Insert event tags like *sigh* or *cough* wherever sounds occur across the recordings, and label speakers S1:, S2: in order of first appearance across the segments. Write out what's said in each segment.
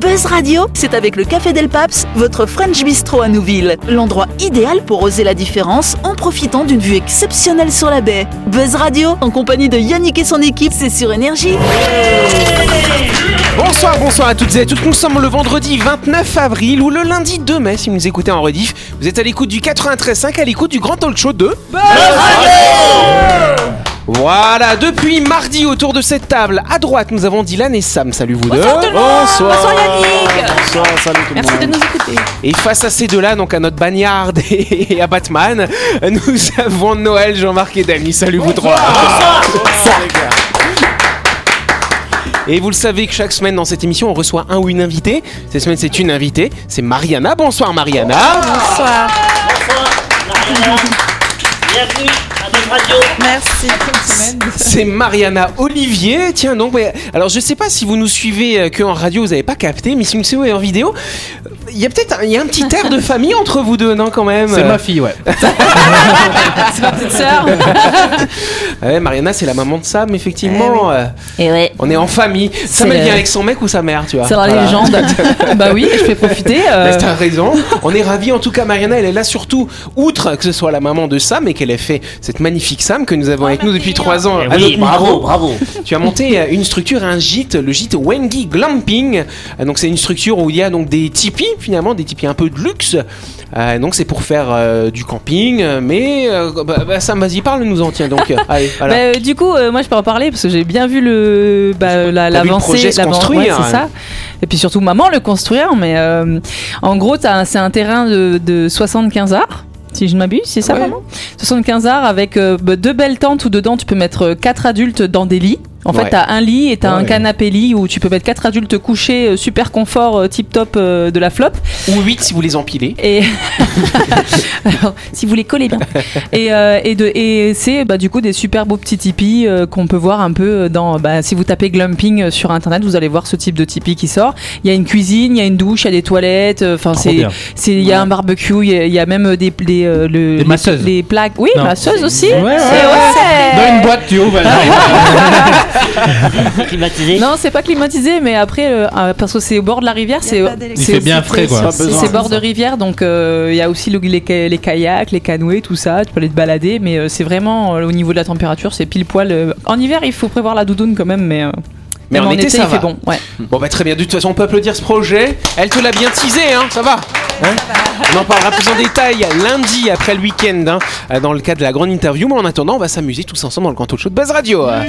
S1: Buzz Radio, c'est avec le Café Del Paps, votre French Bistro à Nouville. L'endroit idéal pour oser la différence en profitant d'une vue exceptionnelle sur la baie. Buzz Radio, en compagnie de Yannick et son équipe, c'est sur Énergie.
S2: Bonsoir, bonsoir à toutes et à tous. Nous sommes le vendredi 29 avril ou le lundi 2 mai si vous nous écoutez en rediff. Vous êtes à l'écoute du 93.5, à l'écoute du grand talk show de... Voilà, depuis mardi autour de cette table, à droite nous avons Dylan et Sam. Salut vous deux.
S3: Bonsoir.
S4: Bonsoir, Yannick.
S3: Bonsoir, salut tout le
S4: Merci
S3: monde.
S4: de nous écouter.
S2: Et face à ces deux-là, donc à notre bagnard *laughs* et à Batman, nous avons Noël, Jean-Marc et Dany. Salut vous trois. Et vous le savez que chaque semaine dans cette émission, on reçoit un ou une invitée. Cette semaine, c'est une invitée, c'est Mariana. Bonsoir Mariana.
S4: Bonsoir.
S5: Bienvenue à notre radio.
S4: Merci.
S2: C'est Mariana Olivier. Tiens donc, mais- alors je sais pas si vous nous suivez euh, que en radio, vous avez pas capté, mais si vous nous suivez en vidéo, euh, il y a peut-être un, il y a un petit air de famille entre vous deux, non quand même.
S3: C'est
S2: Euh,
S3: ma fille, ouais.
S4: C'est ma petite *laughs* sœur.
S2: Euh, ouais, Mariana, c'est la maman de Sam, effectivement. Euh,
S4: Et Eh ouais.
S2: On est en famille. Sam elle
S4: le-
S2: vient avec son mec ou sa mère, tu vois.
S4: C'est dans les
S2: Voilà.
S4: légendes. bah oui, je vais profiter. euh,
S2: Bah, T'as raison. On est ravis. En tout cas, Mariana, elle est là surtout, outre que ce soit la maman de Sam et qu'elle ait fait cette magnifique Sam que nous avons avec nous depuis trois ans.
S3: Eh
S2: à notre micro.
S5: Eh bravo.
S2: Tu as monté euh, une structure, un gîte, le gîte Wengi Glamping. Euh, Donc c'est une structure où il y a donc des tipis finalement, des tipis un peu de luxe. Euh, donc c'est pour faire euh, du camping, euh, mais euh, bah, bah, Sam, vas-y parle, nous en tiens
S3: *laughs*
S2: donc. euh, Allez, voilà.
S4: bah, euh, du coup, euh, moi je peux en parler parce que j'ai bien vu le bah, la-
S2: T'as vu le projet
S4: l'avancée,
S2: se
S4: l'avancée, ouais,
S2: construire,
S4: c'est ça. Et puis surtout maman le construire, mais euh, en gros t'as un- c'est un terrain de, de 75 arts. Si je ne m'abuse, c'est ça maman 75 arts avec euh, bah, deux belles tentes où dedans tu peux mettre euh, quatre adultes dans des lits. En fait,
S2: Ouais.
S4: t'as un lit et t'as un
S3: Ouais.
S4: canapé lit où tu peux mettre quatre adultes couchés, euh, super confort, tip top de la flop.
S2: Ou 8 si vous les empilez.
S4: Et *laughs* Alors, si vous les collez bien. Et, euh, et, de- et c'est bah, du coup des super beaux petits tipis euh, qu'on peut voir un peu dans. bah, si vous tapez glumping euh, sur internet, vous allez voir ce type de tipi qui sort. Il y a une cuisine, il y a une douche, il y a des toilettes. euh, Enfin, c'est,
S3: bien.
S4: c'est, il y a un barbecue, il y a, il y a même des des, euh, le-
S3: Des masseuses.
S4: les plaques. Oui,
S3: Non.
S4: masseuses aussi.
S3: Ouais, ouais,
S4: C'est-
S3: ouais.
S4: ouais.
S3: Dans une boîte, tu ouvres.
S5: Climatisé.
S4: Non, c'est pas climatisé, mais après, euh, euh, parce que c'est au bord de la rivière, c'est
S3: Il fait bien frais, quoi.
S5: Pas besoin.
S4: C'est bord de rivière, donc euh, il y a aussi le- les, ca- les kayaks, les canoës, tout ça. Tu peux aller te balader, mais euh, c'est vraiment euh, au niveau de la température, c'est pile poil. euh. En hiver, il faut prévoir la doudoune quand même, mais. euh,
S2: Mais en été, ça
S4: il fait
S2: va.
S4: bon. Ouais.
S3: Hmm.
S2: Bon bah très bien, de toute façon on peut applaudir ce projet. Elle te l'a bien teasé, hein, ça va Hein on en parlera plus en détail lundi après le week-end hein, euh, dans le cadre de la grande interview. Mais en attendant, on va s'amuser tous ensemble dans le canton show de Buzz Radio. hein.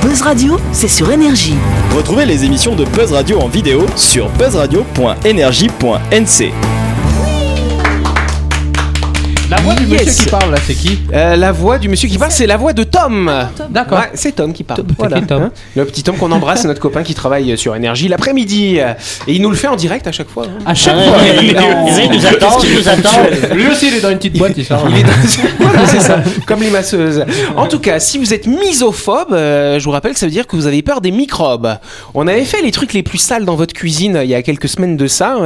S1: Buzz Radio, c'est sur Énergie.
S6: Retrouvez les émissions de Buzz Radio en vidéo sur buzzradio.energie.nc.
S3: La voix du
S2: Yes.
S3: monsieur qui parle, là, c'est qui
S2: Euh, la voix du monsieur qui parle, c'est la voix de Tom.
S3: Ah, D'accord.
S2: Ouais, c'est Tom qui parle.
S3: Tom,
S2: Voilà,
S3: t'inquiète, Tom.
S2: hein. le petit Tom qu'on embrasse, c'est notre copain qui travaille euh, sur Énergie l'après-midi. Et il nous le fait en direct à chaque fois. hein.
S3: À chaque
S5: Ouais,
S3: fois.
S5: ouais,
S3: il est
S5: ouais,
S3: en-
S5: ouais, il nous attend, il nous attend.
S3: *laughs* Lui aussi, il est dans une petite boîte, il sort.
S2: Il est dans- *laughs* Voilà, c'est ça, comme les masseuses. En tout cas, si vous êtes misophobe, euh, je vous rappelle que ça veut dire que vous avez peur des microbes. On avait fait les trucs les plus sales dans votre cuisine euh, il y a quelques semaines de ça.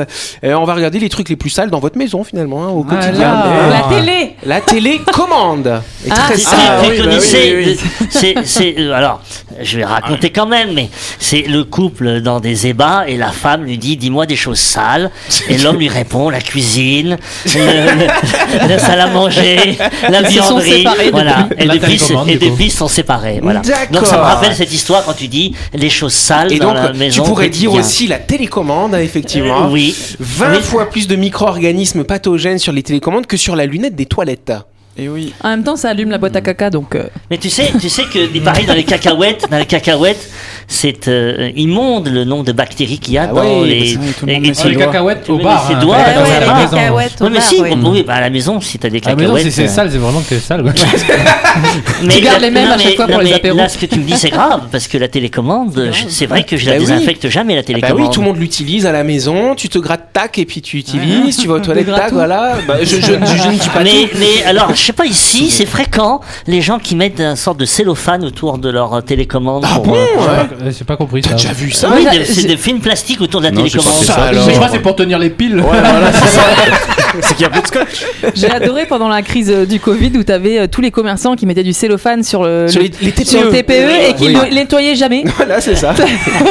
S2: Euh, on va regarder les trucs les plus sales dans votre maison finalement, hein, au quotidien.
S3: là.
S4: Ah La télé
S2: La télécommande est
S4: Ah,
S2: très
S4: si,
S2: sale.
S5: vous
S3: oui, bah
S5: connaissez,
S3: oui, oui,
S5: euh, c'est- c'est- euh, alors, je vais raconter quand même, mais c'est le couple dans des ébats et la femme lui dit Dis-moi des choses sales. Et l'homme lui répond La cuisine, le, *laughs* le- la salle à manger, la
S4: Ils se sont
S5: vianderie.
S4: séparés
S5: Voilà.
S3: depuis.
S5: Et
S3: La
S5: depuis,
S3: télécommande,
S5: et
S3: du coup.
S5: depuis, ils sont séparés. Voilà.
S2: D'accord.
S5: Donc ça me rappelle cette histoire quand tu dis les choses sales
S2: Et
S5: dans
S2: donc,
S5: la
S2: tu
S5: maison.
S2: pourrais dire
S5: quotidien.
S2: aussi la télécommande, effectivement.
S5: Euh, oui.
S4: Ah
S2: 20
S5: Oui.
S2: fois plus de micro-organismes pathogènes sur les télécommandes que sur la lunette des toilettes.
S6: Et oui.
S4: En même temps, ça allume la boîte à caca, donc. *laughs* euh,
S5: Mais tu sais, tu sais que des- pareil dans les cacahuètes, dans les cacahuètes, c'est euh, immonde le nombre de bactéries qu'il y a
S2: Ah
S5: dans
S2: ouais,
S5: les.
S2: bah
S5: et-
S6: le monde
S5: et-
S6: met
S3: Sur les
S5: et-
S3: cacahuètes au
S5: Mais
S3: bar.
S5: c'est
S3: hein,
S5: doigt,
S7: Ah,
S3: t'as
S5: ouais,
S3: pas
S5: Ah ouais,
S3: dans la
S5: les
S3: maison.
S5: Ouais, mais si, bon, oui, bah, à la maison, si t'as des
S3: Ah, mais
S5: cacahuètes. euh,
S3: non, si c'est sale, c'est vraiment que c'est sale. quoi.
S5: mais
S4: Tu gardes les mêmes
S5: non,
S4: à chaque
S5: mais-
S4: fois pour
S5: non,
S4: les
S5: mais
S4: apéros.
S5: Là, ce que tu me dis, c'est grave, parce que la télécommande, je- c'est vrai que je la
S2: Bah oui.
S5: désinfecte jamais, la
S2: Bah
S5: télécommande.
S2: oui, tout le monde l'utilise à la maison, tu
S4: *laughs*
S2: te grattes tac et puis tu utilises, tu vas aux toilettes tac,
S4: grattons.
S2: voilà. Bah, je, je, je- je ne dis pas
S5: mais,
S2: tout.
S5: mais alors, sais pas, ici, c'est fréquent, les gens qui mettent un sorte de cellophane autour de leur euh, télécommande.
S2: Ah
S5: pour,
S2: bon
S5: euh,
S2: ouais.
S3: Euh, J'ai pas compris
S2: T'as
S3: ça.
S2: déjà vu ça
S5: oui,
S4: Ouais,
S5: des-
S4: j'ai-
S5: c'est des films plastiques autour de la
S6: Non, j'ai pas
S5: télécommande.
S6: fait ça,
S3: Mais
S6: alors.
S3: je crois que c'est pour tenir les piles.
S6: *laughs* C'est qu'il y a peu de scotch.
S4: J'ai adoré pendant la crise euh, du Covid où t'avais euh, tous les commerçants qui mettaient du cellophane sur le,
S2: Sur
S4: Euh, le-
S2: les, les TPE.
S4: sur le TPE et qui
S2: Oui.
S4: ne nettoyaient jamais.
S2: *laughs*
S4: *laughs*
S2: Voilà, c'est ça.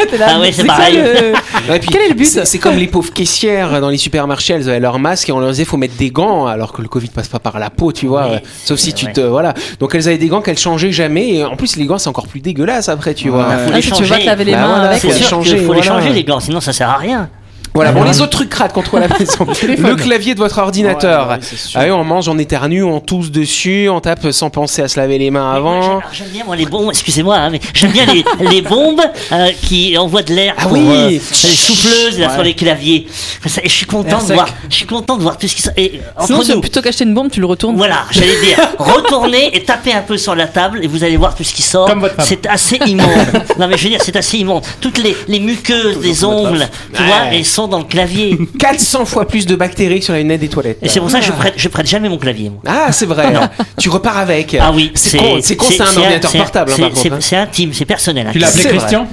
S4: T'es là,
S5: Ah ouais,
S4: mais
S5: c'est
S4: quoi
S5: pareil.
S4: le-
S2: Ouais, puis,
S4: Quel est le but
S2: C'est c'est comme les pauvres caissières dans les supermarchés, elles avaient leur masque et on leur disait faut mettre des gants alors que le Covid passe pas par la peau, tu vois.
S5: Oui,
S2: euh, Sauf si tu
S5: ouais.
S2: te voilà. Donc elles avaient des gants qu'elles changeaient jamais et en plus les gants c'est encore plus dégueulasse après, tu vois.
S5: Bah, faut
S4: Ah,
S5: les
S4: si tu veux pas
S5: changer.
S4: te laver les
S2: Bah,
S4: mains
S2: voilà,
S4: avec.
S5: C'est
S2: Faut les
S5: sûr
S2: changer,
S5: qu'il faut les
S2: voilà.
S5: changer, les gants, sinon ça sert à rien.
S2: Voilà,
S5: Ah,
S2: bon les autres trucs crades qu'on trouve à
S5: *laughs*
S2: la maison. le clavier de votre ordinateur.
S6: Ouais, ouais, c'est sûr.
S2: Ah oui, on mange, on éternue, on tousse dessus, on tape sans penser à se laver les mains avant.
S5: Alors, J'aime bien moi les bombes, excusez-moi, hein, mais j'aime bien
S2: *laughs*
S5: les, les bombes euh, qui envoient de l'air
S2: Ah
S5: pour,
S2: oui.
S5: euh, les souffleuses là, sur les claviers. Comme ça, et je suis content
S3: Air
S5: de
S3: sec.
S5: voir, je suis content de voir tout ce qui se- et, euh, entre
S4: Sinon, tu-
S5: nous.
S4: plutôt qu'acheter une bombe, tu le retournes.
S5: Voilà, j'allais
S2: *laughs*
S5: dire, retournez et tapez un peu sur la table et vous allez voir tout ce qui sort.
S3: Comme votre femme.
S5: C'est assez immonde.
S2: *laughs*
S5: non mais je veux dire, c'est assez immonde. Toutes les, les muqueuses des ongles, tu vois, elles sont dans le clavier.
S2: 400 fois plus de bactéries que sur la lunette des toilettes.
S5: Et c'est pour ça que je prête, je prête jamais mon clavier. moi.
S2: Ah, c'est
S5: *laughs*
S2: vrai. tu repars avec.
S5: Ah oui,
S2: c'est con, c'est con, c'est un
S5: c'est
S2: ordinateur
S5: c'est un-
S2: portable. hein,
S5: c'est-
S2: par contre,
S5: c'est-
S2: hein.
S5: C'est intime, c'est personnel. hein.
S3: Tu l'as appelé
S2: C'est vrai.
S3: Christian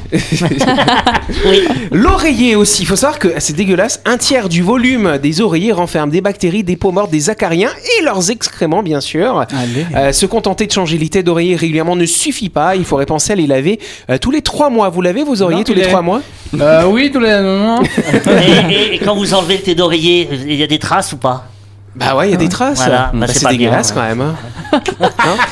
S5: Oui.
S2: L'oreiller aussi, il faut savoir que ah, c'est dégueulasse, un tiers du volume des oreillers renferme des bactéries, des peaux mortes, des acariens et leurs excréments bien sûr. Euh, se contenter de changer les têtes d'oreiller régulièrement ne suffit pas, il faudrait penser à les laver euh, tous les trois mois. Vous lavez vos oreillers
S3: Non,
S2: tous
S3: il
S2: les
S3: est-
S2: trois mois
S3: Euh, Oui, tous les. Non, non.
S5: et, et- et quand vous enlevez le thé d'oreiller, il y a des traces ou pas
S2: Bah ouais, il y a des traces.
S5: Voilà, bah,
S2: Bah,
S5: c'est
S2: c'est
S5: pas bien,
S2: dégueulasse
S5: ouais.
S2: quand même. hein.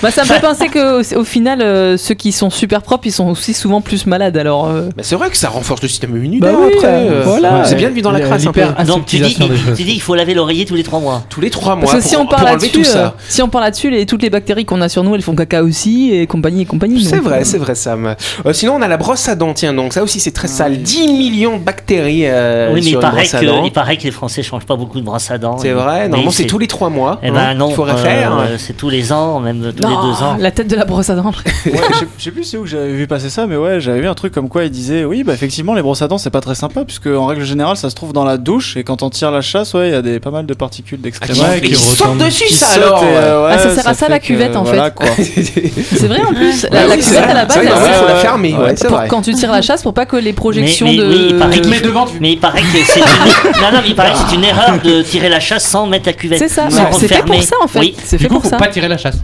S4: Bah, ça
S2: *laughs*
S4: me fait penser que au, au final, euh, ceux qui sont super propres, ils sont aussi souvent plus malades. Alors, euh,
S2: Bah, c'est vrai que ça renforce le système immunitaire
S4: Bah oui,
S2: après.
S4: euh, voilà.
S2: C'est bien de vivre dans la crasse un peu.
S3: L'hyper-
S5: Donc tu dis,
S3: aseptisation des
S5: tu
S3: choses.
S5: dis qu'il faut laver l'oreiller tous les trois mois.
S2: Tous les trois mois
S4: parce que si
S2: pour,
S4: on parle
S2: pour enlever
S4: là-dessus,
S2: tout ça.
S4: euh, si on parle là-dessus, les- toutes les bactéries qu'on a sur nous, elles font caca aussi et compagnie et compagnie.
S2: C'est
S4: donc,
S2: vrai,
S4: euh,
S2: c'est vrai, Sam. Euh, sinon, on a la brosse à dents, tiens, donc ça aussi, c'est très sale. 10 millions de bactéries euh,
S5: oui, mais il
S2: sur une
S5: paraît,
S2: brosse à
S5: que,
S2: dents.
S5: il paraît que les Français changent pas beaucoup de brosse à dents.
S2: C'est vrai, normalement, c'est tous les 3 mois.
S5: Eh
S2: hein,
S5: ben non,
S2: qu'il faudrait
S5: euh,
S2: faire.
S5: euh, c'est tous les ans, même tous
S4: non,
S5: les deux ans.
S4: Oh, La tête de la brosse
S2: *laughs*
S4: à dents.
S6: Ouais, je sais- je sais plus c'est où que j'avais vu passer ça, mais ouais, j'avais vu un truc comme quoi il disait oui, bah effectivement, les brosses à dents c'est pas très sympa, puisque en règle générale ça se trouve dans la douche et quand on tire la chasse, ouais, il y a des pas mal de particules
S2: Ah,
S6: d'excréments.
S2: qui-
S3: ouais,
S2: ils
S3: qui
S2: sautent
S3: retombe.
S2: dessus,
S6: qui
S2: ça
S6: sautent
S2: alors
S6: et, euh, ouais,
S4: Ah, ça sert à ça, la
S6: que,
S4: cuvette, en
S6: voilà, *laughs* quoi.
S4: C'est vrai en plus.
S2: Bah
S4: la la
S2: oui,
S4: cuvette à la
S2: C'est
S4: base,
S2: vrai,
S4: elle
S2: normalement,
S4: sert
S2: il faut
S6: ouais,
S2: la fermer,
S6: ouais.
S2: ouais, c'est
S4: pour
S2: vrai.
S4: quand tu tires la chasse pour pas que les projections
S5: Mais- mais oui, il paraît
S4: de.
S5: qu'il-
S3: Mais devant, tu- Ah.
S5: Mais il paraît que
S3: *laughs*
S5: c'est une... non, non, mais il paraît que c'est une erreur de tirer la chasse sans mettre la cuvette.
S4: C'est ça.
S5: sans
S4: C'est fait
S5: refermer.
S4: pour ça en fait.
S5: Oui.
S4: C'est fait
S3: Du coup,
S4: pour
S3: faut
S4: ça.
S3: pas tirer la chasse.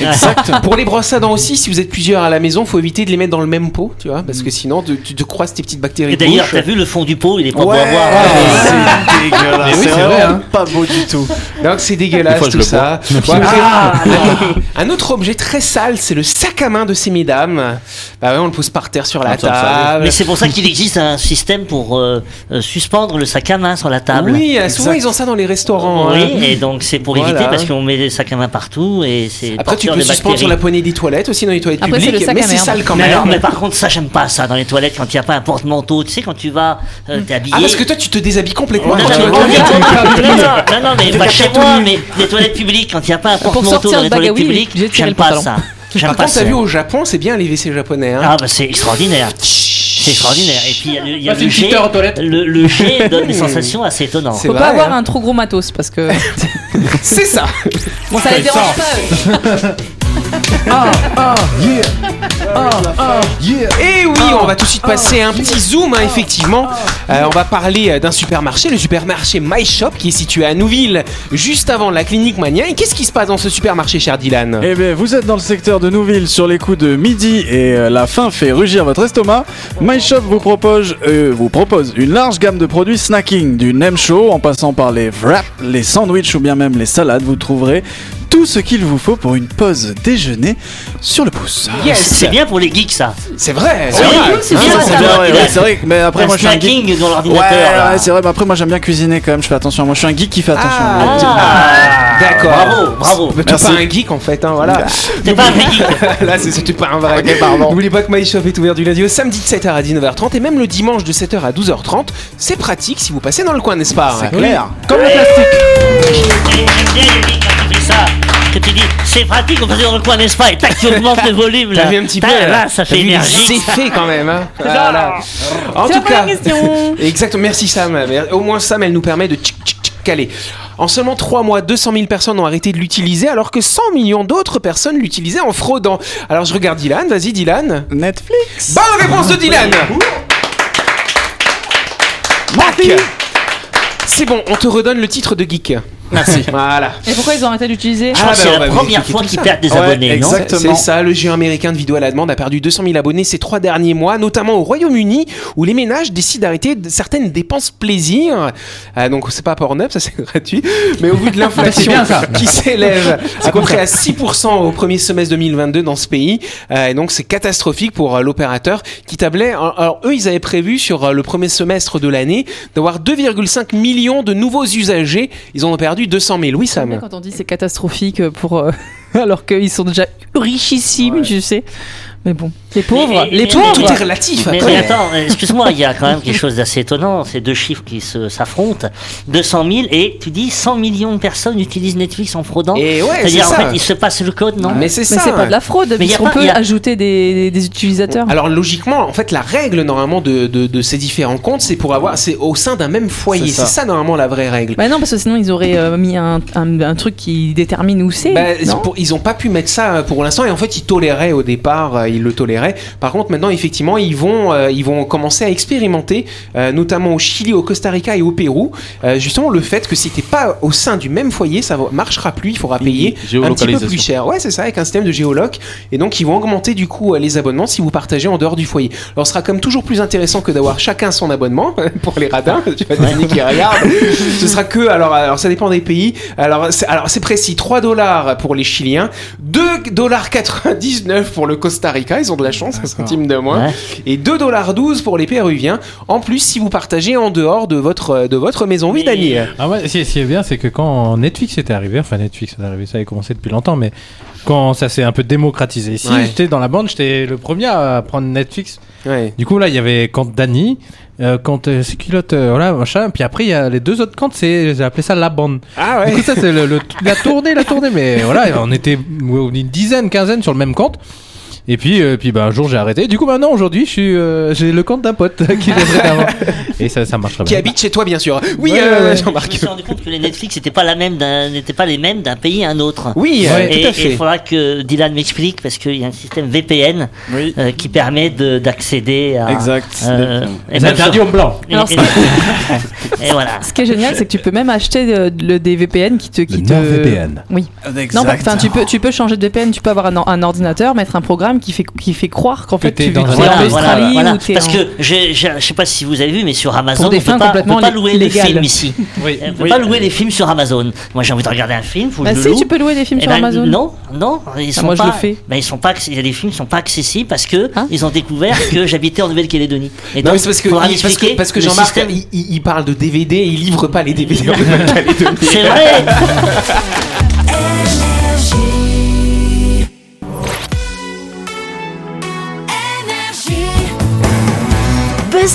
S2: Exact.
S5: *laughs*
S2: Pour les brosses à dents aussi, si vous êtes plusieurs à la maison, faut éviter de les mettre dans le même pot, tu vois, parce que sinon, tu, tu te croises tes petites bactéries.
S5: Et d'ailleurs,
S2: de
S5: t'as
S2: bouche.
S5: vu le fond du pot, il est pas beau
S6: Ouais,
S5: à voir.
S6: Ah, c'est dégueulasse.
S3: Mais oui,
S6: c'est
S3: c'est vrai,
S6: vraiment
S3: hein.
S6: pas beau du tout.
S2: Donc c'est dégueulasse
S6: Des fois, je
S2: tout
S6: le
S2: ça. Ouais, après- un autre objet très sale, c'est le sac à main de ces mesdames. Bah ouais, on le pose par terre sur la
S6: Attends, ça,
S2: table.
S5: Mais c'est pour Ah, ça qu'il existe un système pour euh, euh, suspendre le sac à main sur la table.
S2: Oui, euh, souvent
S6: Exact.
S2: ils ont ça dans les restaurants. hein.
S5: Oui, et donc c'est pour
S2: Voilà.
S5: éviter parce qu'on met des sacs à main partout et c'est.
S2: Après, tu
S5: porteur
S2: peux
S5: de
S2: suspendre sur la
S5: bactéries.
S2: poignée des toilettes aussi dans les toilettes
S4: Après, c'est
S2: publiques,
S4: le sac
S2: mais
S4: à
S2: c'est
S4: merde.
S2: sale quand
S5: mais
S2: même. Ah,
S5: alors, mais par contre, ça, j'aime pas ça dans les toilettes quand il n'y a pas un porte-manteau. Tu sais, quand tu vas euh, t'habiller.
S2: Ah, parce que toi, tu te déshabilles complètement
S5: Non, non,
S2: quand
S5: mais-
S2: tu vas
S5: non,
S2: aux
S5: non,
S2: toilettes.
S5: non, non, mais pas chez moi, mais les toilettes publiques, quand il n'y a pas un porte-manteau
S4: sortir
S5: dans
S4: le
S5: les toilettes
S4: bagawi,
S5: publiques,
S4: j'ai tiré
S5: j'aime
S4: le
S5: pas
S4: pantalon.
S5: ça. J'aime
S2: Par
S5: pas
S2: contre,
S5: ça.
S2: t'as vu au Japon, c'est bien les WC japonais. hein.
S5: Ah, bah c'est extraordinaire. C'est extraordinaire. Et puis il y a le- il y a
S3: Passe
S5: le
S3: une
S5: jet.
S3: petite heure aux toilettes.
S5: Le
S2: *laughs*
S5: le jet donne des sensations assez étonnantes.
S2: C'est
S4: Faut
S2: vrai,
S4: pas avoir
S2: hein.
S4: un trop gros matos parce que
S2: C'est ça.
S4: bon ça les dérange pas. eux.
S2: Et oui, on va tout de suite passer un petit zoom, hein, effectivement. Euh, on va parler euh, d'un supermarché, le supermarché My Shop, qui est situé à Nouville, juste avant la clinique Mania. Et qu'est-ce qui se passe dans ce supermarché, cher Dylan
S6: Eh bien, vous êtes dans le secteur de Nouville sur les coups de midi et euh, la faim fait rugir votre estomac. My Shop vous propose, euh, vous propose une large gamme de produits snacking, du nem show en passant par les wraps, les sandwichs ou bien même les salades. Vous trouverez tout ce qu'il vous faut pour une pause déjeuner sur le pouce.
S5: C'est c'est bien pour les geeks, ça.
S2: C'est vrai.
S5: Oui,
S4: c'est
S5: Ah,
S4: bien,
S5: c'est
S6: C'est
S5: bien,
S6: vrai,
S5: il
S6: ouais,
S5: a-
S6: c'est vrai que- mais après
S5: un
S6: moi je suis un geek.
S5: snacking dans
S6: Ouais,
S5: l'ordinateur. là.
S6: ouais, c'est vrai, mais après moi j'aime bien cuisiner quand même, je fais attention. Moi je suis un geek qui fait attention.
S2: Ah,
S5: Ah,
S2: D'accord.
S5: Bravo, bravo.
S2: Mais T'es
S6: Merci.
S2: pas un geek en fait, hein, *laughs* voilà.
S5: T'es pas un vrai geek.
S2: Là, c'est surtout pas un vrai. N'oubliez pas que MyShop est ouvert du lundi au samedi de 7h à 19h30 et même le dimanche de 7h à 12h30. C'est pratique si vous passez dans le coin, n'est-ce pas
S6: C'est clair.
S2: Comme le plastique.
S5: *laughs* J'aime bien Yannick quand tu fais ça. Que tu dis, c'est pratique, on passe dans le coin, n'est-ce pas Et tac, tu augmentes le volume là.
S2: T'as vu un petit peu
S5: Tain,
S2: là,
S5: Là, ça
S2: T'as
S5: fait
S2: vu les
S5: énergie.
S2: effets quand même. hein. Voilà. En
S4: C'est
S2: tout
S4: la
S2: cas, *laughs*
S4: première question.
S2: exactement. Merci Sam. Au moins Sam, elle nous permet de tchic, tchic, tchic, caler. En seulement 3 mois, 200 000 personnes ont arrêté de l'utiliser, alors que 100 millions d'autres personnes l'utilisaient en fraudant. Alors je regarde Dylan, vas-y Dylan.
S6: Netflix
S2: Bonne réponse de Dylan Tac. C'est bon, on te redonne le titre de geek. Merci. Voilà.
S4: Et pourquoi ils ont arrêté d'utiliser
S5: Je
S2: Ah,
S5: crois
S2: bah, on va
S5: que c'est la
S2: vous
S5: première
S2: expliquer
S5: fois
S2: tout
S5: qu'ils
S2: ça.
S5: perdent des
S6: Ouais,
S5: abonnés, non
S6: exact.
S2: C'est
S6: Exactement.
S2: c'est ça, le géant américain de vidéo à la demande a perdu 200 000 abonnés ces trois derniers mois, notamment au Royaume-Uni, où les ménages décident d'arrêter de- certaines dépenses plaisir. Euh, donc, c'est pas Pornhub, *laughs* ça c'est gratuit. Mais au vu de l'inflation
S3: bien, ça.
S2: qui s'élève à peu près à 6% au premier semestre 2022 dans ce pays, euh, et donc c'est catastrophique pour euh, l'opérateur qui tablait. alors, Alors, eux, ils avaient prévu sur euh, le premier semestre de l'année d'avoir 2,5 millions de nouveaux usagers. Ils en ont perdu 200 000. Oui, Sam.
S4: Quand on dit c'est catastrophique pour. euh, *laughs* alors qu'ils sont déjà richissimes,
S6: Ouais.
S4: je sais. Mais bon, les pauvres,
S5: Et- et-
S4: les
S5: et- bah,
S4: pauvres
S2: Tout est relatif.
S5: Mais,
S2: après.
S5: mais attends, euh, excuse-moi, il y a quand même quelque chose d'assez étonnant, ces deux chiffres qui se- s'affrontent. 200 000 et tu dis 100 millions de personnes utilisent Netflix en fraudant.
S2: Et ouais, c'est
S5: C'est-à-dire en
S2: ça.
S5: fait, il se passe le code, non
S2: Mais c'est
S4: Ah, Mais
S2: ça.
S4: c'est pas de la fraude,
S5: Mais y a
S4: puisqu'on
S5: pas-
S4: peut
S5: y a-
S4: ajouter des, des- des utilisateurs.
S2: Alors logiquement, en fait, la règle normalement de, de- de ces différents comptes, c'est pour avoir, c'est au sein d'un même foyer. C'est
S6: C'est ça.
S2: ça. normalement la vraie règle.
S4: Bah non, parce que sinon ils auraient euh, mis un, un- un truc qui détermine où c'est.
S2: Bah,
S4: non
S2: c'est pour- ils ont pas pu mettre ça euh, pour l'instant et en fait ils toléraient au départ, euh, ils le toléraient. Par contre maintenant effectivement ils vont euh, ils vont commencer à expérimenter, euh, notamment au Chili, au Costa Rica et au Pérou, euh, justement le fait que si t'es pas au sein du même foyer, ça va- marchera plus, il faudra payer un petit peu
S3: géolocalisation.
S2: plus cher. Ouais c'est ça avec un système de géoloc et donc ils vont augmenter du coup euh, les abonnements si vous partagez en dehors du foyer. Alors ce sera comme toujours plus intéressant que d'avoir chacun son abonnement *laughs* pour les radins. Tu vas deviner qui regarde. Ce sera que alors alors ça dépend des pays. Alors c'est alors c'est précis 3 dollars pour les Chiliens, 2 dollars 99 pour le Costa Rica, ils ont de la chance, un centime de moins, *laughs*
S5: Ouais.
S2: et 2 dollars 12 pour les Péruviens. En plus si vous partagez en dehors de votre de votre maison, oui Dani.
S7: Ah ouais, ce qui est- ce qui est bien, c'est que quand Netflix était arrivé, enfin Netflix est arrivé, ça avait commencé depuis longtemps, mais quand ça s'est un peu démocratisé ici,
S2: Ouais.
S7: j'étais dans la bande, j'étais le premier à prendre Netflix.
S2: Ouais.
S7: Du coup, là, il y avait Kant Dani, euh, Kant euh, Culotte, euh, voilà, machin, puis après, il y a les deux autres Kant, c'est, j'ai appelé ça la bande.
S2: Ah
S7: Du coup, ça, c'est le, le- la tournée, la tournée,
S2: *laughs*
S7: mais voilà, on était une dizaine, quinzaine sur le même compte. Et puis, euh, puis bah, un jour j'ai arrêté. Du coup, maintenant, aujourd'hui, je suis, euh, j'ai le compte d'un pote *laughs* qui
S2: *laughs*
S7: est d'avant. Et ça, ça marche très
S2: Qui
S7: bien.
S2: habite chez toi bien sûr. Oui
S7: Ouais,
S2: euh,
S7: ouais, ouais.
S5: Je me
S2: Jean-Marc.
S5: suis rendu compte que les Netflix n'étaient pas, la même d'un- n'étaient pas les mêmes d'un pays à un autre.
S2: Oui, euh,
S7: Ouais.
S5: Et
S2: tout à
S5: et il
S2: fait.
S5: faudra que Dylan m'explique parce qu'il y a un système VPN
S6: Oui.
S5: euh, qui permet de- d'accéder à.
S6: Exact.
S5: euh, et
S7: C'est
S5: même
S7: interdit
S5: sur-
S7: aux blancs.
S5: et-
S4: Alors, ce
S5: et- *laughs* et voilà.
S4: Ce qui est génial, c'est que tu peux même acheter euh, le- des VPN qui te. Qui
S7: Le
S4: te...
S7: NordVPN.
S4: Oui.
S6: Exact.
S4: Non, bah, enfin, tu peux, tu peux changer de VPN, tu peux avoir un, or- un ordinateur, mettre un programme qui fait, qui fait croire qu'en
S7: Que
S4: fait
S7: t'es
S4: tu
S7: dans
S4: es en
S7: un-
S5: Voilà, voilà,
S4: Australie
S5: voilà.
S4: ou t'es
S5: Parce
S4: en-
S5: que j'ai- j'ai- je sais pas si vous avez vu, mais sur Amazon,
S4: des
S5: on
S4: fins
S5: peut pas, on
S4: complètement
S5: peut pas louer
S4: légales.
S5: les films ici. Euh,
S7: Oui.
S5: On peut pas louer les films sur Amazon. Moi, j'ai envie de regarder un film, faut que
S4: Bah
S5: je le
S4: si,
S5: loue.
S4: tu peux louer des films
S5: Eh
S4: sur
S5: ben,
S4: Amazon. Ah,
S5: Non, non, ils sont
S4: moi, je
S5: pas.
S4: le fais.
S5: ben, ils sont pas. acc- Les films sont pas accessibles parce que
S4: Hein
S5: ils ont découvert que j'habitais en Nouvelle-Calédonie. Et
S2: Non,
S5: donc,
S2: mais c'est parce que,
S5: faudra
S2: il- parce que,
S5: m'expliquer
S2: parce que
S5: le
S2: Jean-Marc,
S5: système.
S2: il, il- il parle de DVD et il livre pas les DVD. en Nouvelle-Calédonie.
S5: C'est vrai.
S1: Buzz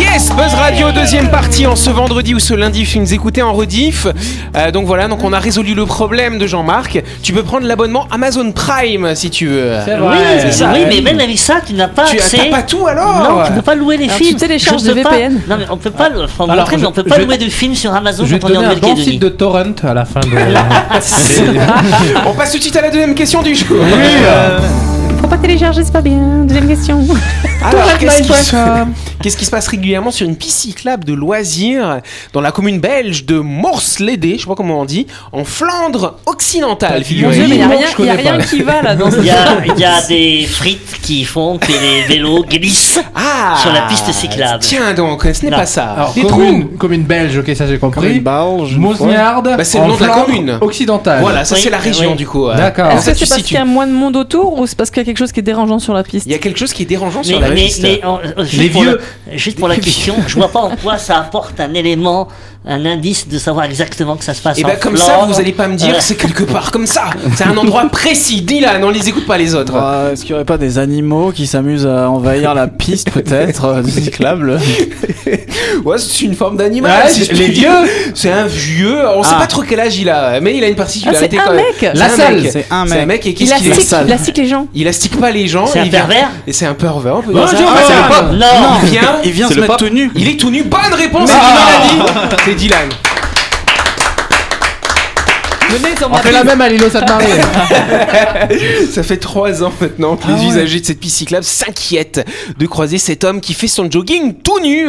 S2: Yes, Buzz Radio, deuxième partie en ce vendredi ou ce lundi, si vous nous écoutez en rediff. Euh, donc voilà, donc on a résolu le problème de Jean-Marc. Tu peux prendre l'abonnement Amazon Prime si tu veux.
S7: C'est
S5: Oui,
S7: vrai.
S5: c'est
S2: ça.
S5: oui, mais même avec ça, tu n'as pas
S2: Tu as
S5: accès.
S2: t'as pas Ah, tout alors
S5: Non, tu peux pas louer les
S4: Alors,
S5: films.
S4: tu télécharges
S5: Je peux
S4: des
S5: pas-
S4: VPN.
S5: Non, mais on peut pas. le- Enfin,
S7: Alors,
S5: montrer,
S7: je-
S5: mais on peut pas
S7: je-
S5: louer de films sur Amazon
S7: Je vais te
S5: quand on est en
S7: donner un bon
S5: Nouvelle-Calédonie.
S7: site de torrent à la
S2: *laughs*
S7: fin de.
S2: On passe tout de suite à la deuxième question du jour. euh,
S4: Faut pas télécharger, c'est pas bien. Deuxième question.
S2: Alors, qu'est-ce qui, se... *laughs* qu'est-ce qui se passe régulièrement sur une piste cyclable de loisirs dans la commune belge de Morslede, je sais pas comment on dit, en Flandre occidentale,
S4: Mon
S2: figurez-vous.
S4: Dieu, mais y a
S7: Oui,
S4: rien,
S7: je
S4: y a
S7: connais
S4: rien
S7: pas.
S4: qui va là. Dans ce-
S5: *laughs* Il
S2: *laughs*
S5: y a, il y a des frites qui font que les vélos glissent.
S2: Ah
S5: Sur la piste cyclable.
S2: Tiens donc, ce n'est
S5: Non.
S2: pas ça.
S7: Alors,
S2: Des trous.
S7: commune, commune belge, ok, ça j'ai compris. Mosniard,
S2: Bah, c'est le
S7: en
S2: nom de la
S7: Flandre
S2: commune.
S7: occidentale.
S2: Voilà, ça
S5: Oui,
S2: c'est la région
S5: oui.
S2: du coup. euh.
S7: D'accord.
S2: Comme
S4: Est-ce
S2: ça,
S4: que
S2: tu
S4: c'est parce
S2: situes.
S4: qu'il y a moins de monde autour ou c'est parce qu'il y a quelque chose qui est dérangeant sur la piste
S2: Il y a quelque chose qui est dérangeant
S5: Mais,
S2: sur la
S5: mais-
S2: piste.
S5: mais, en- euh, juste
S7: Les
S5: pour
S7: vieux.
S5: la- juste pour la question, je vois pas en quoi ça apporte un élément un indice de savoir exactement que ça se passe
S2: Et
S5: en
S2: bah comme ça,
S5: Flandre.
S2: vous allez pas me dire
S5: Ouais.
S2: c'est quelque part comme ça. C'est un endroit précis. Dis-là, non, les écoute pas les autres.
S6: Ah, Est-ce qu'il n'y aurait pas des animaux qui s'amusent à envahir
S2: *laughs*
S6: la piste peut-être euh, cyclable
S2: Ouais, c'est une forme d'animal.
S7: Ouais,
S2: si je
S7: les
S2: puis dire. C'est un vieux. On sait
S6: Ah.
S2: pas trop quel âge il a, mais il a une
S4: Ah,
S2: particularité
S4: c'est un
S2: quand même.
S4: mec
S2: C'est un
S6: salle,
S2: mec.
S6: c'est un
S2: C'est un
S6: mec.
S2: mec et
S4: Il
S2: qu'est-ce qu'il est
S4: astique,
S6: sale.
S4: il astique les gens.
S2: Il astique pas les gens.
S5: C'est un
S2: il vient-
S5: pervers
S2: Et c'est un pervers. on peut dire ça.
S6: Bonjour,
S2: Ah,
S6: madame.
S2: c'est le pape.
S5: Non.
S2: Il vient.
S6: Il vient
S8: C'est
S6: se
S8: le
S6: mettre
S8: pape.
S6: tout nu
S2: Il est tout nu. Bonne réponse. C'est Dylan.
S4: Venez,
S7: On fait la même à l'îlot Sainte-Marie.
S2: C'est Dylan. Ça fait trois ans maintenant que les usagers de cette piste cyclable s'inquiètent de croiser cet homme qui fait son jogging tout nu.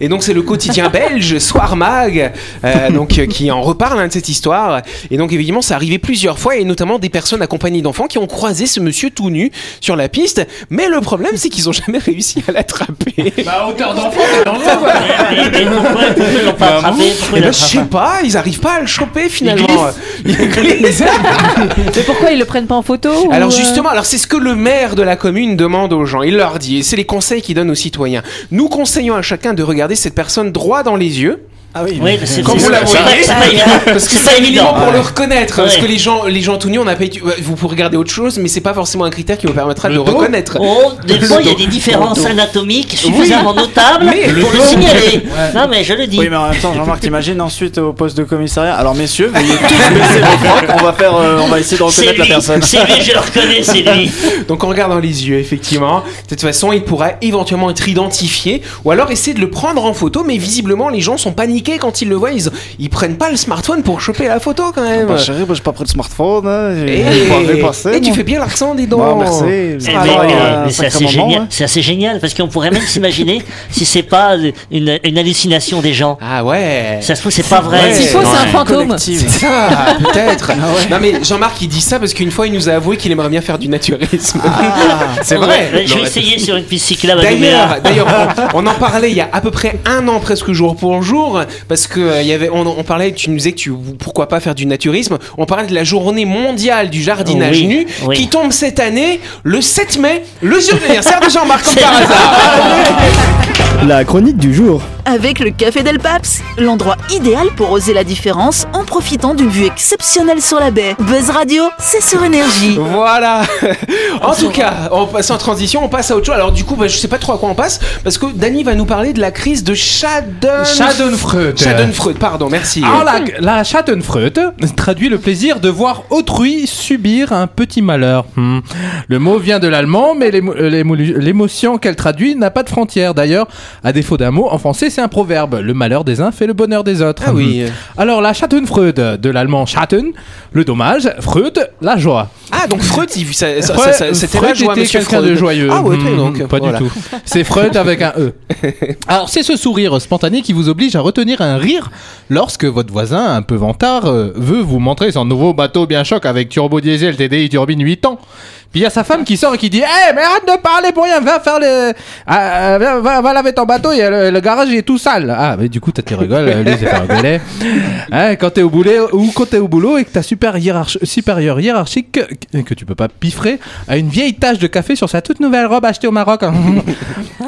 S2: Et donc c'est le quotidien belge Soir Mag euh, donc euh, qui en reparle hein, de cette histoire. Et donc évidemment ça arrivait plusieurs fois et notamment des personnes accompagnées d'enfants qui ont croisé ce monsieur tout nu sur la piste. Mais le problème c'est qu'ils ont jamais réussi à l'attraper.
S3: Bah, hauteur d'enfant, c'est dangereux. quoi.
S5: Et, et pourquoi, pourquoi ils l'ont pas attrapé
S2: Eh
S5: Pourquoi ils l'ont
S2: ben, je sais pas, ils arrivent pas à le choper finalement. Il glisse.
S4: Mais pourquoi ils le prennent pas en photo ou,
S2: alors
S4: euh,
S2: justement, alors c'est ce que le maire de la commune demande aux gens. Il leur dit, et c'est les conseils qu'il donne aux citoyens. Nous conseillons à chacun de regarder cette personne droit dans les
S5: *laughs*
S2: yeux.
S6: Ah oui,
S5: Oui, c'est
S2: Quand
S5: c'est-
S2: vous la
S5: c'est
S2: voyez,
S5: pas- c'est pas évident.
S2: Parce que
S5: C'est pas
S2: c'est un
S5: évident.
S2: élément pour
S5: Ouais.
S2: le reconnaître. Parce
S5: Ouais.
S2: que les gens, les gens tout nus, on n'a pas étu- ouais, Vous pouvez regarder autre chose, mais c'est pas forcément un critère qui vous permettra de le reconnaître. *laughs*
S5: Oh, des fois, il y a des différences anatomiques suffisamment notables
S2: Mais-
S5: pour le signaler. Non, mais je le dis.
S6: Oui, mais en même temps, Jean-Marc, t'imagines ensuite au poste de commissariat. Alors, messieurs,
S2: *laughs*
S6: veuillez tous baisser vos frocs. On va faire, euh, on va essayer de
S5: C'est
S6: reconnaître
S5: lui,
S6: la personne.
S5: c'est lui, je le reconnais, c'est
S6: *laughs*
S5: lui.
S2: Donc on regarde dans les yeux, effectivement. De toute façon, il pourra éventuellement être identifié ou alors essayer de le prendre en photo, mais visiblement les gens sont paniqués quand ils le voient. Ils, ils prennent pas le smartphone pour choper la photo quand même.
S5: Ah
S6: Bah, chérie, bah, j'ai pas pris de smartphone. hein,
S2: Et,
S6: j'ai- j'ai pas fait passer,
S2: et tu
S6: moi.
S2: fais bien l'accent, dis donc. Ah,
S6: Bon, merci.
S5: Eh
S6: Ça
S5: ben,
S6: va, il y
S5: euh,
S6: a un
S5: mais c'est
S6: sacré
S5: assez
S6: moment,
S5: génial,
S6: hein.
S5: c'est assez génial parce qu'on pourrait même s'imaginer *laughs* si c'est pas euh, une, une hallucination des gens.
S2: Ah ouais.
S5: Ça se trouve, c'est pas vrai.
S2: Ouais,
S4: S'il faut, c'est un
S5: Ouais.
S4: fantôme.
S2: C'est ça,
S5: *laughs*
S2: peut-être.
S5: Ah
S2: Non mais Jean-Marc il dit ça parce qu'une fois il nous a avoué qu'il aimerait bien faire du naturisme. *laughs* c'est vrai.
S5: Ouais, Je vais
S2: Laurette.
S5: essayer sur une piste cyclable à Nouméa.
S2: D'ailleurs, d'ailleurs,
S5: *laughs*
S2: on, on en parlait il y a à peu près un an, presque jour pour jour, parce que euh, il y avait, on, on parlait, tu nous disais que tu, pourquoi pas faire du naturisme. On parlait de la journée mondiale du jardinage
S5: Oui,
S2: nu,
S5: oui.
S2: qui tombe cette année le 7 mai, le jour de l'anniversaire de Jean-Marc comme par hasard.
S8: La chronique du jour.
S1: Avec le Café Del Paps, l'endroit idéal pour oser la différence en profitant d'une vue exceptionnelle sur la baie. Buzz Radio, c'est sur énergie.
S7: *laughs*
S2: Voilà. En tout cas, en passant en transition, on passe à autre chose. Alors du coup, bah, je sais pas trop à quoi on passe, parce que Dany va nous parler de la crise de Schaden.
S7: Schadenfreude.
S2: *laughs*
S7: Ah,
S2: Schadenfreude, pardon, merci.
S7: Alors la, la Schadenfreude hein, traduit le plaisir de voir autrui subir un petit malheur. Hmm. Le mot vient de l'allemand, mais l'émo- euh, l'émo- l'émotion qu'elle traduit n'a pas de frontières. D'ailleurs, à défaut d'un mot, en français, c'est un proverbe. Le malheur des uns fait le bonheur des autres.
S2: Ah oui.
S7: Hmm. Alors la Schadenfreude, de l'allemand Schaden, le dommage, Freud, la joie.
S2: Ah, donc Freud, il- ça- ça- ça-
S7: Freud-
S2: ça- c'était
S7: Freud
S2: la joie,
S7: était
S2: monsieur
S7: quelqu'un
S2: Freud.
S7: de joyeux.
S2: Ah ouais,
S7: Hmm,
S2: donc.
S7: pas
S2: voilà.
S7: du tout. C'est Freud avec un
S2: *laughs*
S7: E. Alors, c'est ce sourire spontané qui vous oblige à retenir un rire lorsque votre voisin, un peu vantard, euh, veut vous montrer son nouveau bateau bien choc avec turbo diesel TDI turbine 8 ans. Puis il y a sa femme qui sort et qui dit Eh, mais arrête de parler pour rien, va faire le. Ah, euh, viens, va, va laver ton bateau, il y a le, le garage il est tout sale. Ah, mais du coup, t'as tes rigoles, euh, lui, c'est un relais. Hein, quand t'es au boulot ou quand t'es au boulot et que t'as super hiérarchi- supérieur hiérarchique que, que tu peux pas piffrer à une vieille tache de café sur sa toute nouvelle robe achetée au Maroc. hein. *laughs*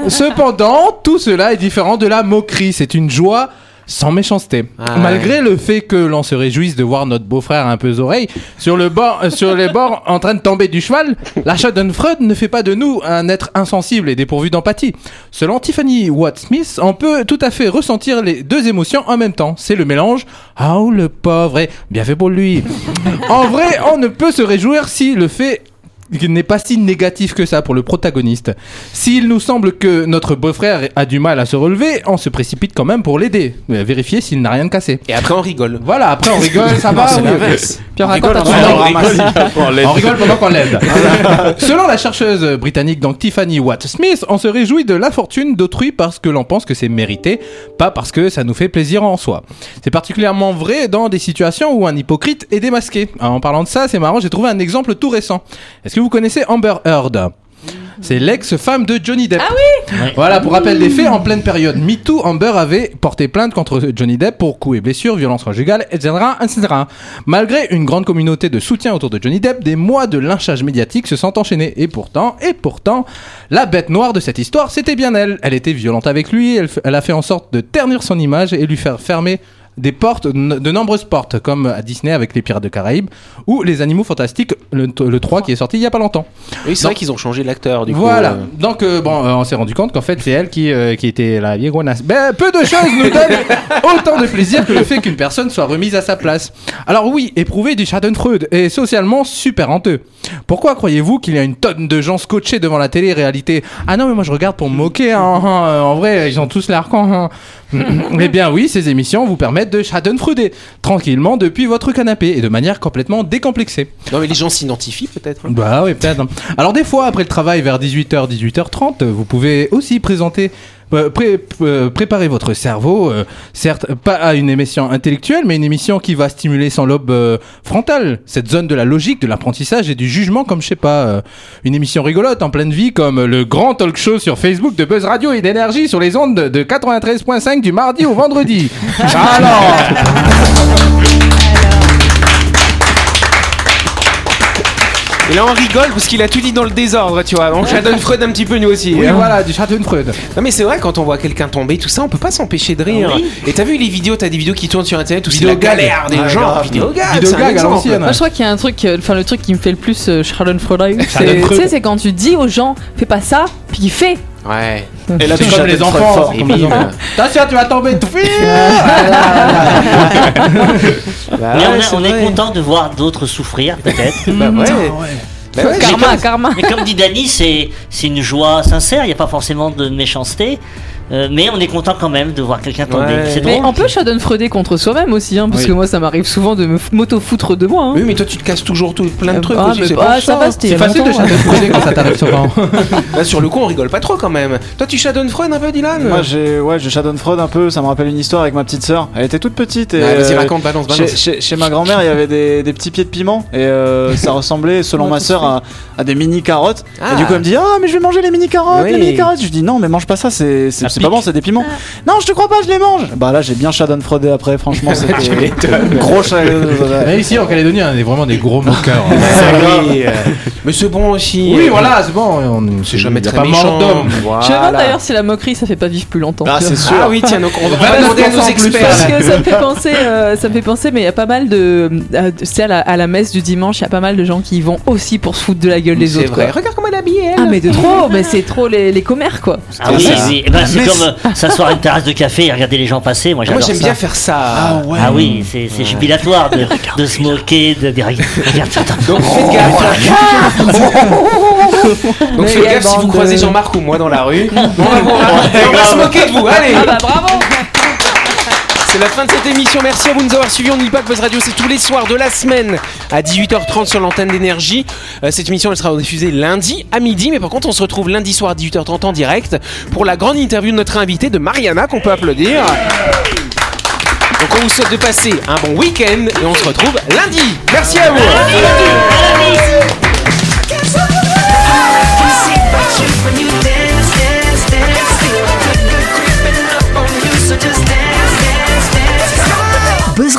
S7: Cependant, tout cela est différent de la moquerie. C'est une joie sans méchanceté.
S2: Ah
S7: Malgré le fait que l'on se réjouisse de voir notre beau-frère un peu oreille sur, le bord, euh, sur les bords en train de tomber du cheval, la Schadenfreude ne fait pas de nous un être insensible et dépourvu d'empathie. Selon Tiffany Watt-Smith, on peut tout à fait ressentir les deux émotions en même temps. C'est le mélange « Oh, le pauvre !» et « Bien fait pour lui !» En vrai, on ne peut se réjouir si le fait n'est pas si négatif que ça pour le protagoniste. S'il nous semble que notre beau-frère a du mal à se relever, on se précipite quand même pour l'aider, euh, vérifier s'il n'a rien de cassé.
S2: Et après, on rigole.
S7: Voilà, après on rigole, ça va. Ah oui. Pierre, raconte ta
S6: on
S7: soirée.
S6: rigole.
S7: On rigole pendant qu'on l'aide. Selon la chercheuse britannique donc Tiffany Watt Smith, on se réjouit de l'infortune d'autrui parce que l'on pense que c'est mérité, pas parce que ça nous fait plaisir en soi. C'est particulièrement vrai dans des situations où un hypocrite est démasqué. En parlant de ça, c'est marrant, j'ai trouvé un exemple tout récent. Est-ce que vous connaissez Amber Heard C'est l'ex-femme de Johnny Depp.
S4: Ah
S7: oui
S5: Ouais.
S7: Voilà, pour rappel des faits, en pleine période MeToo, Amber avait porté plainte contre Johnny Depp pour coups et blessures, violences conjugales, etc., etc. Malgré une grande communauté de soutien autour de Johnny Depp, des mois de lynchage médiatique se sont enchaînés. Et pourtant, et pourtant, la bête noire de cette histoire, c'était bien elle. Elle était violente avec lui, elle, f- elle a fait en sorte de ternir son image et lui faire fermer des portes, n- de nombreuses portes, comme à Disney avec les Pirates des Caraïbes ou les Animaux Fantastiques, le, le 3 qui est sorti il y a pas longtemps.
S2: Oui, c'est
S7: Non.
S2: vrai qu'ils ont changé l'acteur, du coup.
S7: Voilà.
S2: euh.
S7: Donc euh, bon, euh, on s'est rendu compte qu'en fait c'est elle qui, euh, qui était la vieille gonasse. Ben, peu de choses
S2: *laughs*
S7: nous donnent autant de plaisir que le fait qu'une personne soit remise à sa place. Alors oui, éprouver du Schadenfreude et socialement super honteux. Pourquoi croyez-vous qu'il y a une tonne de gens scotchés devant la télé réalité Ah non mais moi je regarde pour me moquer. hein, hein, euh, en vrai ils ont tous l'arcan. Hein. Eh bien oui, ces émissions vous permettent de Schadenfreuder tranquillement depuis votre canapé et de manière complètement décomplexée.
S2: Non, mais les gens s'identifient peut-être. hein.
S7: Bah oui, peut-être. Alors des fois, après le travail, vers 18h, 18h30, vous pouvez aussi présenter... euh, pré- euh, préparer votre cerveau, euh, certes pas à une émission intellectuelle, mais une émission qui va stimuler son lobe euh, frontal, cette zone de la logique, de l'apprentissage et du jugement, comme je sais pas, euh, une émission rigolote en pleine vie, comme le grand talk-show sur Facebook de Buzz Radio et d'énergie sur les ondes de 93.5 du mardi
S2: *laughs*
S7: au vendredi.
S2: Ah
S7: Ah, Alors,
S2: Et là, on rigole parce qu'il a tout dit dans le désordre, tu vois. Donc, Freud un petit peu, nous aussi.
S7: oui,
S2: hein.
S7: voilà, du Schadenfreude.
S2: Non, mais c'est vrai, quand on voit quelqu'un tomber, tout ça, on peut pas s'empêcher de rire. Et t'as vu les vidéos, t'as des vidéos qui tournent sur internet où c'est la
S7: Vidéogag.
S2: galère des
S7: Ah,
S2: gens.
S7: grave.
S2: Vidéogag,
S7: Vidéogag,
S2: c'est un
S7: à
S2: exemple.
S7: l'ancienne.
S4: Moi, je crois qu'il y a un truc, euh, enfin le truc qui me fait le plus euh, Schadenfreude, c'est- tu sais, c'est quand tu dis aux gens, fais pas ça, puis il fait.
S2: Ouais.
S7: Et là, comme les enfants. Comme les enfants. Attention, tu vas tomber
S2: *laughs*
S7: tout
S2: Bah
S5: Mais on
S2: ouais,
S5: est-
S2: c'est
S5: on, est,
S2: vrai.
S5: content de voir d'autres souffrir, peut-être.
S2: *laughs* Bah ouais. Bah ouais, j'ai-
S4: Karma, karma.
S5: mais comme dit Dany, c'est c'est une joie sincère, il n'y a pas forcément de méchanceté. euh, mais on est content quand même de voir quelqu'un tomber.
S2: Ouais.
S5: C'est
S4: Mais
S5: drôle.
S4: on peut Schadenfreuder contre soi-même aussi, hein, parce
S7: Oui.
S4: que moi, ça m'arrive souvent de me f- m'auto-foutre de moi. hein.
S2: Oui, mais toi, tu te casses toujours tout, plein de trucs
S4: ah,
S2: aussi.
S4: mais
S2: c'est
S4: bah,
S2: pour
S4: ça va, c'était il y
S7: C'est
S4: a
S7: facile de
S4: longtemps, hein.
S7: chapeauter quand ça t'arrive *laughs* souvent.
S2: Bah, sur le coup, on rigole pas trop quand même. Toi, tu Freud un peu, Dylan
S6: Moi, j'ai, ouais, je Schadenfreude un peu. Ça me rappelle une histoire avec ma petite sœur. Elle était toute petite et.
S2: Ouais, Ah, Vas-y,
S6: euh,
S2: raconte, balance,
S6: Chez,
S2: balance.
S6: chez- chez ma grand-mère, il y avait des, des petits pieds de piment et euh, ça ressemblait, selon ma sœur, à, à des mini carottes.
S2: Ah.
S6: Et du coup, elle me dit Ah, mais je vais manger les mini carottes, les
S2: Oui.
S6: mini carottes. Je dis Non, mais mange pas ça, c'est c'est-
S5: Ça
S6: c'est pas
S5: pique.
S6: bon, c'est des piments. Non, je te crois pas, je les mange. Bah là, j'ai bien Schadenfreude après, franchement, c'était gros Schadenfreude.
S7: Mais ici, en Calédonie, on est vraiment des gros moqueurs. hein. *laughs*
S2: Ah oui, euh, Mais c'est bon aussi.
S7: Oui,
S2: euh,
S7: voilà, c'est bon. on-
S2: C'est jamais
S7: y a
S2: très
S7: pas
S2: méchant.
S7: mort d'homme.
S4: Je me demande d'ailleurs si la moquerie, ça fait pas vivre plus longtemps.
S6: Ah, c'est sûr.
S2: Ah oui, tiens, donc on va
S7: 29%
S2: demander à nos
S7: en plus.
S2: experts.
S4: Parce
S2: là.
S4: que ça me fait
S2: *laughs*
S4: penser, euh, ça me fait penser, mais il y a pas mal de, euh, tu sais, à la, à la messe du dimanche, il y a pas mal de gens qui y vont aussi pour se foutre de la gueule des
S2: C'est
S4: autres.
S2: vrai.
S4: quoi.
S2: Regarde comment elle est habillée, hein. elle.
S4: Ah mais de trop, mais c'est trop les, les commères quoi.
S5: Ah oui,
S2: ça.
S5: oui. Eh ben, c'est comme euh, s'asseoir à une terrasse de café et regarder les gens passer. Moi,
S2: Ah, Moi,
S5: j'adore
S2: j'aime
S5: ça.
S2: bien faire ça.
S6: ouais.
S5: Ah oui, c'est c'est jubilatoire de, de se moquer, de dire regarde, attends,
S2: Donc faites gaffe. *laughs* Donc faites gaffe si vous croisez Jean-Marc ou moi dans la rue. Bon, *laughs* on va, on va- on va se moquer de vous. Allez,
S4: Ah bah bravo.
S2: *laughs* c'est la fin de cette émission. Merci à vous de nous avoir suivis. On n'oublie pas que Buzz Radio, c'est tous les soirs de la semaine à 18h30 sur l'antenne d'énergie. Euh, cette émission, elle sera diffusée lundi à midi. Mais par contre, on se retrouve lundi soir à 18h30 en direct pour la grande interview de notre invité de Mariana qu'on peut applaudir. Donc on vous souhaite de passer un bon week-end et on se retrouve lundi. Merci à vous.
S1: Buzz